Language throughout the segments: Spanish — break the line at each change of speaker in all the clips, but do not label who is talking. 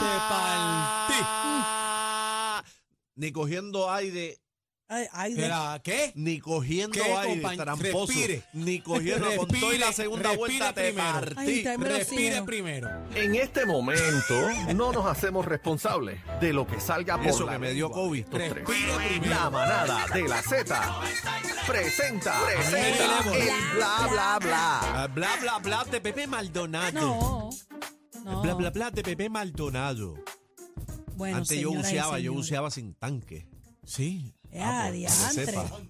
Te partí. Ni cogiendo aire.
Ay, ay, de-
Espera, ¿qué?
Ni cogiendo
¿Qué,
aire,
compañ-
tramposo.
respire?
Ni cogiendo con todo y la
Respire,
segunda vuelta te
respire primero.
partí.
Ay, dame los
Respire
cielos.
primero.
En este momento no nos hacemos responsables de lo que salga por
Eso
la
que me dio
lengua.
COVID. estos tres.
Respire primero.
La manada de la Z presenta, presenta
Bla,
el bla bla bla.
Ah, Bla, bla, bla de Pepe Maldonado.
No. No.
Bla, bla, bla de Pepe Maldonado.
Bueno,
Antes yo
señoras y
buceaba, yo
señores.
buceaba sin tanque.
Sí.
Eh,
Ah, por- que se
adiantre.
sepa.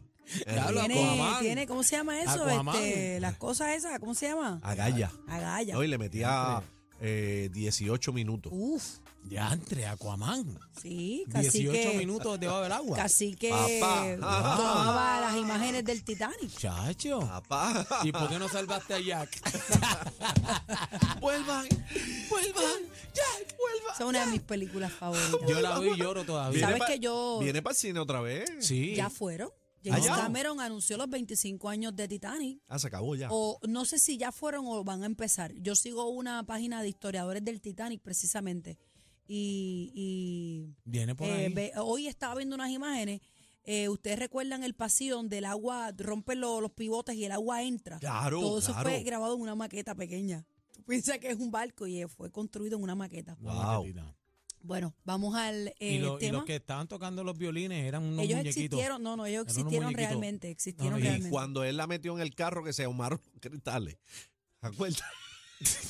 Eh,
Ya hablo
Tiene,
Aquaman.
tiene, ¿cómo se llama eso?
Aquaman.
Este, las cosas esas, ¿cómo se
Ah.
llama?
Agalla.
Agalla.
Hoy le metía eh, 18 minutos.
Uf,
Ya entre Aquaman.
sí, casi
18
que,
minutos debajo del agua.
casi que
Papá. Ah.
tomaba las imágenes del Titanic.
Chacho.
Papá.
¿Y por qué no salvaste a Jack?
Vuelvan, vuelvan, Jack, vuelvan.
Esa es una de mis películas favoritas.
Yo la vi y lloro todavía.
¿Sabes
Viene pa-
que yo-
Viene para el cine otra vez.
Sí.
Ya fueron. James
ya.
Cameron anunció los 25 años de Titanic.
Ah, se acabó ya.
O no sé si ya fueron o van a empezar. Yo sigo una página de historiadores del Titanic precisamente. Y, y,
Viene por
eh,
ahí.
ve- hoy estaba viendo unas imágenes. Eh, Ustedes recuerdan el pasillo donde el agua rompe lo- los pivotes y el agua entra.
Claro,
Todo eso fue
claro.
grabado en una maqueta pequeña. Tú piensas que es un barco y eh, fue construido en una maqueta.
Una
Wow.
maquetita.
Bueno, vamos al eh,
y, lo- y
tema.
los que estaban tocando los violines eran unos
ellos
muñequitos.
existieron, no, no,
Eran
ellos
unos
existieron
muñequitos.
realmente, existieron
No, no, y
Y
realmente.
cuando él la metió en el carro que se ahumaron los cristales. ¿Acuerdas?
Ah,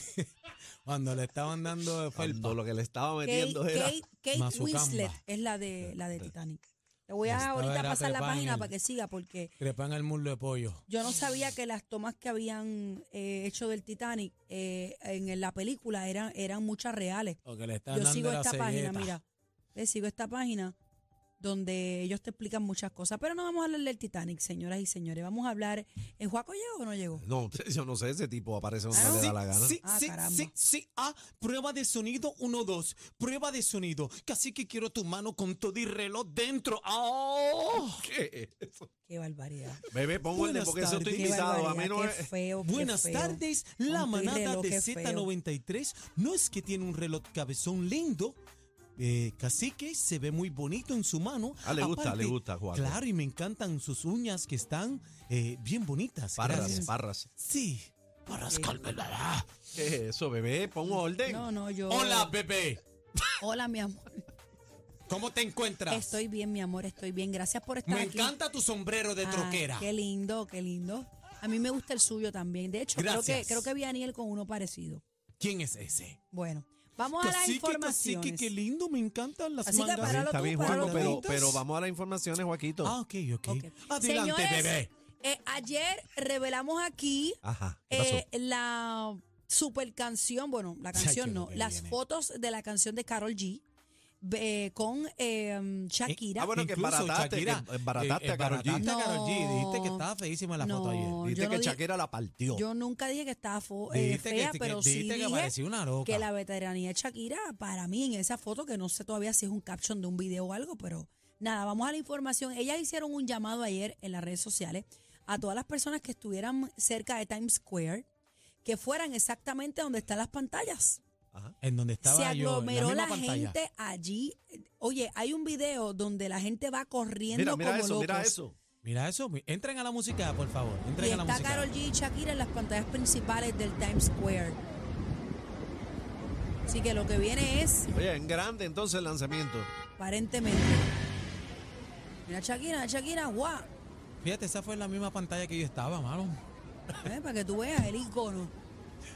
Cuando le estaban dando felpa.
Cuando lo que le estaba
Kate,
metiendo era.
Kate, Kate
Mazucamba.
Winslet es la de la de Titanic. Le voy a
Estaba
ahorita
era
pasar la
trepada en
página
el-
para que siga porque
Crepan el muslo de pollo.
yo no sabía que las tomas que habían eh, hecho del Titanic eh, en la película eran eran muchas reales.
Porque le estaban
Yo
dando
sigo
la
esta página,
cegueta.
mira. Le sigo esta página donde ellos te explican muchas cosas, pero no vamos a hablar del Titanic, señoras y señores. Vamos a hablar. ¿El Juaco llegó o no llegó?
No, yo no sé, ese tipo aparece donde
Ah,
Pues le da
Sí,
la gana.
sí,
Ah,
sí,
caramba.
sí, sí. Ah, prueba de sonido 1, 2. Prueba de sonido. Casi que quiero tu mano con todo y reloj dentro. ¡Ah!
¿Qué es eso?
Qué barbaridad.
Bebé, pon orden
Buenas
porque eso estoy
tardes.
Qué
invitado. A
barbaridad,
mí no
qué
es-
feo, qué
Buenas
feo.
tardes,
Con
la
tu
manada
reloj,
de
qué feo.
Z93 no es que tiene un reloj cabezón lindo, eh, cacique se ve muy bonito en su mano.
Ah, le gusta, le gusta, Juaco.
Claro, y me encantan sus uñas que están eh, bien bonitas.
Parras,
gracias.
parras.
Sí, para calmelar.
¿Qué es eso, bebé? Pon orden.
No, no, yo.
Hola, bebé.
Hola, mi amor.
¿Cómo te encuentras?
Estoy bien, mi amor, estoy bien. Gracias por estar
me
aquí.
encanta tu sombrero de
Ah,
troquera.
Qué lindo, qué lindo. A mí me gusta el suyo también. De hecho, creo que,
Gracias.
creo que vi a Aniel con uno parecido.
¿Quién es ese?
Bueno, vamos a las
Cacique,
informaciones.
cacique, qué lindo, me encantan las
Así que
mangas.
Está bien,
páralo
está
tú,
bien,
páralo
Juaco,
tú.
pero, pero vamos a las informaciones, Joaquito.
Ah, ok, ok.
Ok.
Adelante,
Señores,
bebé. Ah,
eh, ayer revelamos aquí
Ajá. ¿Qué pasó?
eh, la super canción, bueno, la canción
yo
no,
creo que
las
viene.
fotos de la canción de Carol G eh, con eh, Shakira.
Ah, bueno, que
Incluso
embarataste,
Shakira,
que embarataste a Karol G.
embarataste a Karol G.
No.
Dijiste que estaba feísima la foto
No,
ayer.
Dijiste
yo
que
no di-
Shakira la partió.
Yo nunca dije que estaba fo- eh,
Dijiste que-
fea,
que-
pero sí
dijiste que
dije
parecía una loca.
que la veteranía de Shakira, para mí, en esa foto, que no sé todavía si es un caption de un video o algo, pero nada, vamos a la información. Ellas hicieron un llamado ayer en las redes sociales a todas las personas que estuvieran cerca de Times Square, que fueran exactamente donde están las pantallas.
Ajá.
En donde estaba
Se
yo, en la,
aglomeró
misma
la,
pantalla.
gente allí. Oye, hay un video donde la gente va corriendo
Mira, mira
como
eso,
locos.
mira eso.
Mira eso, mi- entren a la música, por favor. Entren
Y
a la
está
música.
Carol G y Shakira en las pantallas principales del Times Square. Así que lo que viene es,
Oye, en grande entonces el lanzamiento.
aparentemente. Mira Shakira, Shakira, guau.
Fíjate, esa fue en la misma pantalla que yo estaba, mano.
Eh, Para que tú veas el icono.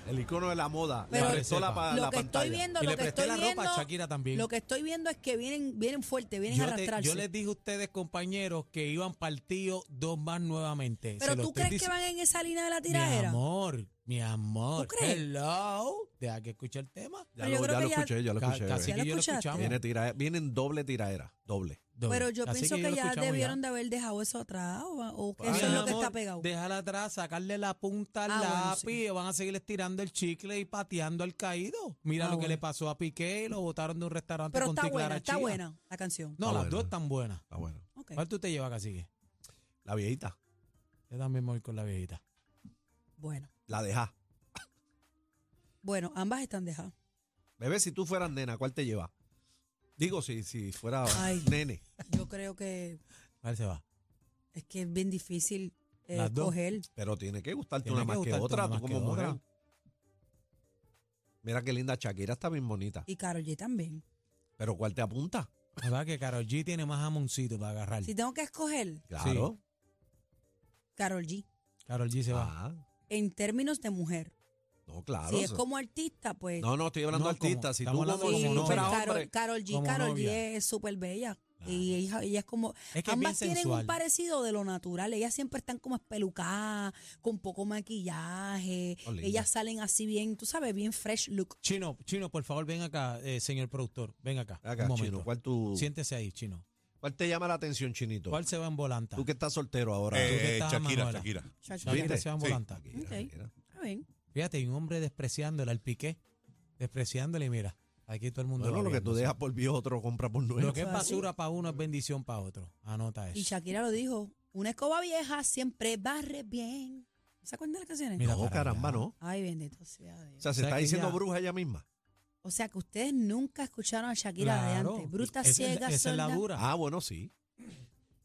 El icono de la moda.
Pero-
le prestó la, pa-
lo
la
que
pantalla.
estoy viendo,
Y
lo
le
que
presté
estoy
la ropa
viendo,
a Shakira también.
lo que estoy viendo es que vienen, vienen fuerte, vienen a
Yo, te-
arrastrarse.
yo les dije a ustedes, compañeros, que iban partido dos más nuevamente.
Pero
Se los
tú
estoy
crees que
diciendo.
van en esa línea de la
Mi
tiradera.
amor, mi amor.
¿Tú crees?
Hello. Deja que escuche el tema.
Ya,
Pero yo
lo,
creo
ya
que
lo
ya-
escuché, ya lo
Ca-
escuché.
casi
bebé.
¿Ya
que
lo
yo lo
escuchaste?
escuchamos.
Viene tirae- vienen doble tiraera, doble.
Doble.
Pero yo
Así
pienso que,
lo
ya
escuchamos Pues,
debieron de haber dejado eso atrás o, o que
Ay,
eso es
Mi
lo que
amor,
está pegado.
Déjala atrás, sacarle la punta al
Ah, bueno,
lápiz,
sí.
van a seguir estirando el chicle y pateando al caído. Mira
Ah,
lo que
bueno.
le pasó a Piqué, lo botaron de un restaurante
Pero
con
está
Tic
buena,
Lara
está
Chía.
buena la canción.
No,
Está
las
buena.
dos están buenas.
Está bueno.
Ok.
¿Cuál tú te llevas, Cacique?
La viejita,
Yo también me voy con la viejita.
Bueno,
la deja.
bueno, ambas están dejadas.
Bebé, si tú fueras nena, ¿cuál te lleva? Digo, si, si fuera
Ay.
nene.
Yo creo que
¿Cuál se va?
es que es bien difícil eh,
Las dos.
escoger.
Pero tiene que gustarte
Tiene
una
que
más que
gustarte una
otra, tú
más que
como mujer.
otra.
Mira qué linda Shakira, está bien bonita.
Y Karol G también.
Pero ¿cuál te apunta?
La verdad que Karol G tiene más jamoncito para agarrar.
Si tengo que escoger,
Claro.
Karol G.
Karol G se va.
Ah,
En términos de mujer.
no, claro.
si es
eso-
como artista, pues.
No, no, estoy hablando
No,
de
como-
artista. Si tú
estamos
como,
hablando como
si tú
novia.
fueras
Karol,
hombre,
Karol G,
como
Karol G
novia.
es súper bella. Y ella, ella es como.
Es que es bien
ambas tienen
sensual.
un parecido de lo natural. Ellas siempre están como espelucadas, con poco maquillaje.
Oh,
Son lindas.
Ellas salen así bien, tú sabes, bien fresh look.
Chino, Chino, por favor, ven acá, eh, señor productor. Ven acá.
acá,
un momento.
chino, ¿cuál, tú,
Siéntese ahí, Chino.
¿cuál te llama la atención, Chinito?
¿Cuál se va en volanta?
Tú que estás soltero ahora.
Eh, que estás a
Shakira,
Manuela.
Shakira.
chacho.
¿Sabes
¿Viste?
que se va en
Sí.
volanta?
Shakira,
Ok.
Shakira.
Está bien.
Fíjate, y un hombre despreciándola al piqué. Despreciándole, y mira, aquí todo el mundo.
Bueno,
va
lo que
viendo,
tú
sí.
dejas por viejo, otro compra por nuevo.
Lo que es
Eso es
basura para uno es bendición para otro. Anota
Y
eso.
Shakira lo dijo: una escoba vieja siempre barre bien. ¿Se acuerdan de las canciones?
Mira
no,
para
caramba,
allá.
no.
Ay, bendito sea
O sea,
Dios.
se
O sea,
está
que
diciendo
ella-
bruja ella misma.
O sea, que ustedes nunca escucharon a Shakira de antes. Bruta,
Esa es la-
ciega,
Esa es la
sorda.
dura.
Ah, bueno, sí.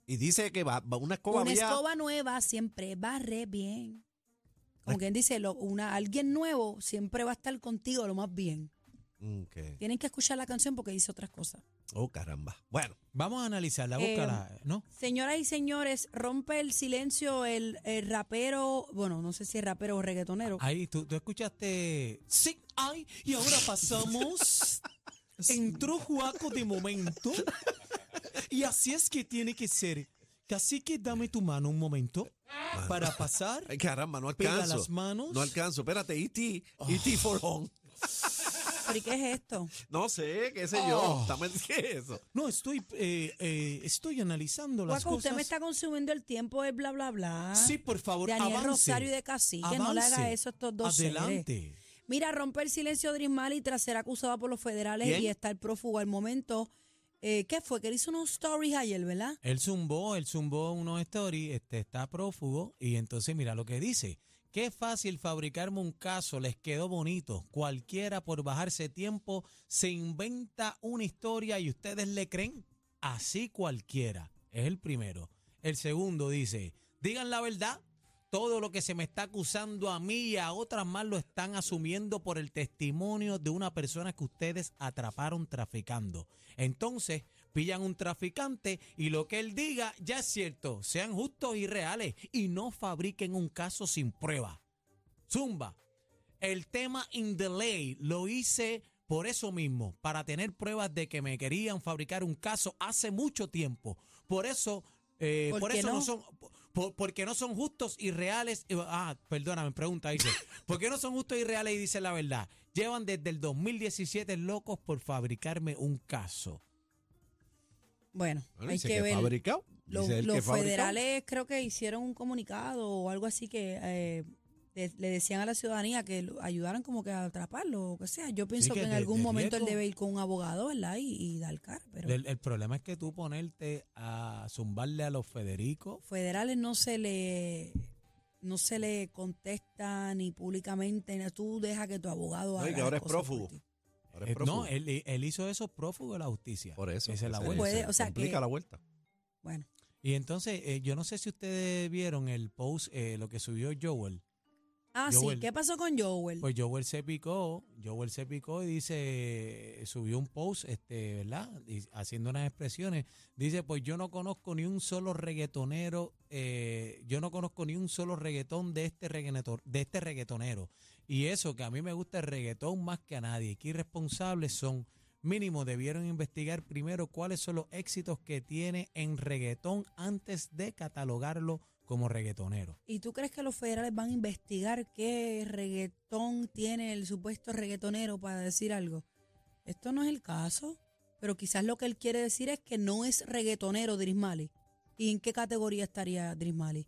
Y dice que va, va una escoba
Una
vieja.
escoba nueva siempre barre bien. Como quien dice, lo- una, alguien nuevo siempre va a estar contigo lo más bien.
Ok.
Tienen que escuchar la canción porque dice otras cosas.
Mm, Oh, caramba. Bueno,
Vamos a analizarla,
Eh,
búscala, ¿no?
Señoras y señores, rompe el silencio el, el rapero, bueno, no sé si es rapero o reggaetonero.
Ahí, tú, tú escuchaste. Sí, ay, y ahora pasamos. Entró Juaco de momento. Y así es que tiene que ser. Así que dame tu mano un momento para pasar.
ay, caramba, no
Pega
alcanzo.
las manos. Oh.
No alcanzo. Espérate, E E.T. E.T. for home.
¿Pero y qué es esto?
No sé, qué sé
Oh.
yo. También, ¿Qué es eso?
No, estoy, eh, eh, estoy analizando las
Guaco, Pues usted
cosas.
me está consumiendo el tiempo de bla, bla, bla.
Sí, por favor,
De Daniel
avance.
Rosario y de Cacique, no le haga
Avance.
eso a estos dos seres.
Adelante.
Mira, romper el silencio de Ismael tras ser acusado por los federales
¿Quién?
y estar prófugo al momento. Eh, ¿Qué fue? Que él hizo unos stories ayer, ¿verdad?
Él zumbó, él zumbó unos stories, este, está prófugo y entonces mira lo que dice. Qué fácil fabricarme un caso, les quedó bonito. Cualquiera por bajarse tiempo se inventa una historia y ustedes le creen. Así cualquiera. Es el primero. El segundo dice, digan la verdad, todo lo que se me está acusando a mí y a otras más lo están asumiendo por el testimonio de una persona que ustedes atraparon traficando. Entonces, pillan un traficante y lo que él diga ya es cierto. Sean justos y reales y no fabriquen un caso sin prueba. Zumba, el tema In the Lay lo hice por eso mismo, para tener pruebas de que me querían fabricar un caso hace mucho tiempo. Por eso, eh,
¿Por
por
qué
eso no?
no?
son, por- porque no son justos y reales. eh, Ah, perdóname, pregunta, dice. ¿Por qué no son justos y reales y dicen la verdad? Llevan desde el 2017 locos por fabricarme un caso.
Bueno,
Bueno,
hay
dice
que,
que
ver.
fabricado.
Lo-
Dice él que
los
fabricado.
federales creo que hicieron un comunicado o algo así que eh, de- le decían a la ciudadanía que lo ayudaran como que a atraparlo o que sea. Yo pienso
que
que en
de-
algún
de
momento él
riesgo.
debe ir con un abogado, ¿verdad? Y, y dar cara, pero
El, el problema es que tú ponerte a zumbarle a los Federico.
federales no se le no se le contesta ni públicamente, ni- tú deja que tu abogado
No, y
haga
que ahora
las
es
cosas por
prófugo.
ti.
Ahora es
eh,
prófugo.
no, él, él hizo eso prófugo de la justicia.
Por eso.
Esa es la
se-
vuelta.
Puede,
se
o sea, que-
complica la vuelta.
Bueno,
Y entonces, eh, yo no sé si ustedes vieron el post, eh, lo que subió Joel,
Ah, sí.
Joel.
¿Qué pasó con Joel?
Pues Joel se picó, Joel se picó y dice, subió un post, este, ¿verdad? Y haciendo unas expresiones. Dice, pues yo no conozco ni un solo reggaetonero, eh, yo no conozco ni un solo reggaetón de este, reggaeton- de este reggaetonero. Y eso, que a mí me gusta el reggaetón más que a nadie. Qué irresponsables son. Mínimo, debieron investigar primero cuáles son los éxitos que tiene en reggaetón antes de catalogarlo como reggaetonero.
¿Y tú crees que los federales van a investigar qué reggaetón tiene el supuesto reggaetonero para decir algo? Esto no es el caso, pero quizás lo que él quiere decir es que no es reggaetonero Drismali. ¿Y en qué categoría estaría Drismali?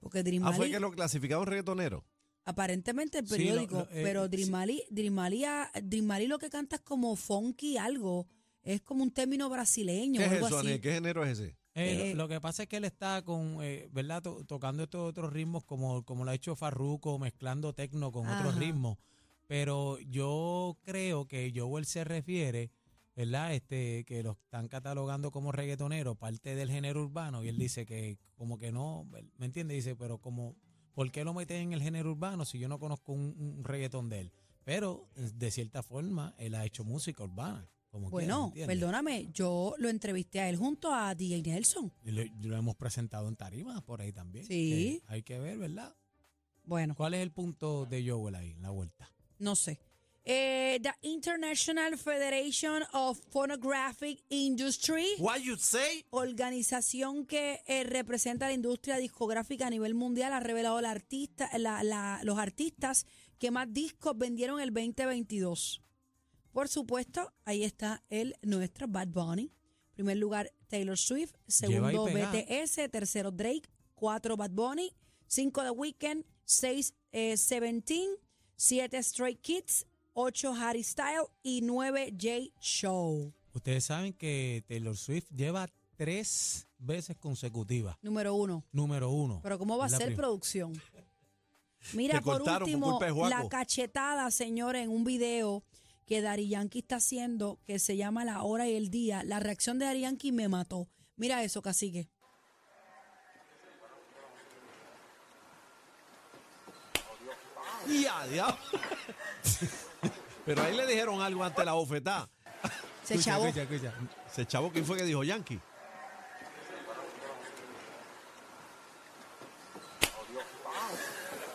Porque
Ah,
Drismali,
fue que lo clasificaron reggaetonero.
aparentemente el
Sí, lo-
periódico,
lo- eh,
pero
sí.
Drismali, Drismali, a- Drismali lo que canta es como funky algo, es como un término brasileño
¿Qué
o
es
algo
eso,
así.
Anel? ¿Qué género es ese?
Eh, lo-
Eh,
lo que pasa es que él está con, eh, ¿verdad? To- tocando estos otros ritmos como, como lo ha hecho Farruko, mezclando tecno con otros
Ajá.
ritmos. Pero yo creo que Joel se refiere, ¿verdad? Este, que lo están catalogando como reggaetonero, parte del género urbano, y él dice que como que no, ¿me entiendes? Dice, pero como, ¿por qué lo meten en el género urbano si yo no conozco un, un reggaetón de él? Pero, eh, de cierta forma, él ha hecho música urbana. Como quiera, ¿me
Bueno,
entiendes?
perdóname, yo lo entrevisté a él junto a DJ Nelson.
Y Lo, lo hemos presentado en tarimas por ahí también.
Sí.
que hay que ver, ¿verdad?
Bueno.
¿Cuál es el punto de Joel ahí en la vuelta?
No sé. Eh, the International Federation of Phonographic Industry,
What you say?
organización que eh, representa la industria discográfica a nivel mundial, ha revelado la artista, la- la- los artistas que más discos vendieron el 2022. Por supuesto, ahí está el nuestro Bad Bunny. Primer lugar, Taylor Swift.
Lleva ahí
Segundo,
pegada.
BTS. Tercero, Drake. Cuatro, Bad Bunny. Cinco, The Weeknd. Seis, eh, Seventeen. Siete, Stray Kids. Ocho, Harry Style. Y nueve, J. Show.
Ustedes saben que Taylor Swift lleva tres veces consecutivas.
Número uno.
Número uno.
Pero ¿cómo va a
Es la
ser
prim-
producción? Mira,
Te
por
cortaron por
último,
culpa de Juaco.
la cachetada, señores, en un video que Dari Yankee está haciendo que se llama La Hora y el Día. La reacción de Dari Yankee me mató. Mira eso, cacique.
Y a diablo. Pero ahí le dijeron algo ante la bofetada.
Se
Escucha,
chavó.
escucha, escucha. Se chavo, ¿quién fue que dijo Yankee?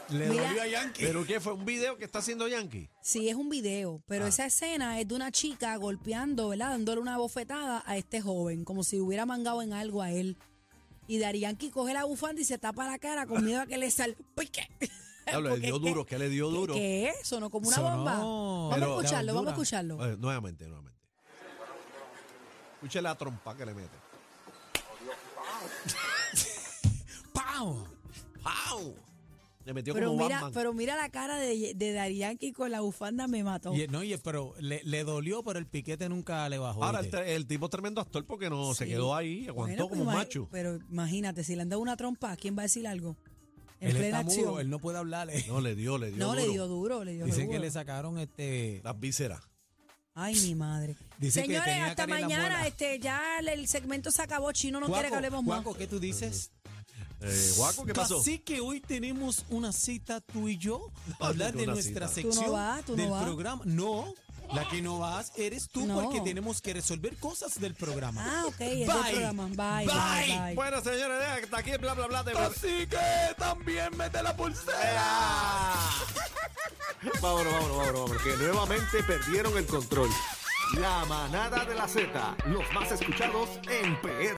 Le
Mira.
dolió a Yankee.
¿Pero qué fue? ¿Un video que está haciendo Yankee?
Sí, es un video,
Ah.
pero esa escena es de una chica golpeando, ¿verdad? Dándole una bofetada a este joven, como si hubiera mangado en algo a él. Y Dari Yankee coge la bufanda y se tapa la cara con miedo a que le salpique.
Diablo, le
Eh, Porque
dio
es que-
duro, que le dio duro. Eh,
¿Qué es? Sonó como una
Sonó,
bomba. Vamos
pero-
a escucharlo,
la
vamos a
hondura.
escucharlo.
A ver, nuevamente, nuevamente. Escuche la trompa que le mete.
¡Pam!
¡Pau! Le metió
Pero
como
mira,
Batman.
pero mira la cara de, de Daddy Yankee con la bufanda me mató.
Y, no, y- pero le, le dolió, pero el piquete nunca le bajó.
Ahora, el,
¿viste?
tre- el tipo es tremendo actor porque no se
Sí.
quedó ahí, aguantó
Bueno, pues
como
imagi-
macho.
Pero imagínate, si le han dado una trompa, ¿quién va a decir algo? En
él está
plena acción.
mudo, él no puede hablar. eh.
No, le dio, le dio.
no, le
duro.
dio duro, le dio
Dicen que
duro.
le sacaron este...
Las vísceras.
Ay, mi madre.
Dicen que
Señores,
tenía
hasta
cara en la
mañana,
muela.
este, ya el- el segmento se acabó. Chino no quiere que
Juaco,
hablemos más.
Juaco, ¿qué tú dices?
Eh, Guaco, ¿qué pasó?
Así que hoy tenemos una cita tú y yo
Ah,
a hablar
tengo
de
una
nuestra
cita.
no
sección
vas, tú no
del
vas.
programa. No, la que no vas eres tú
No.
porque tenemos que resolver cosas del programa.
Ah, ok, es
Bye.
del programa. Bye, bye, bye.
Bueno, señores, deja que está aquí, bla, bla, bla. De
Así que también mete la pulsera. vámonos, vámonos, vámonos, vámonos, que nuevamente perdieron el control. La manada de la Z, los más escuchados en PR.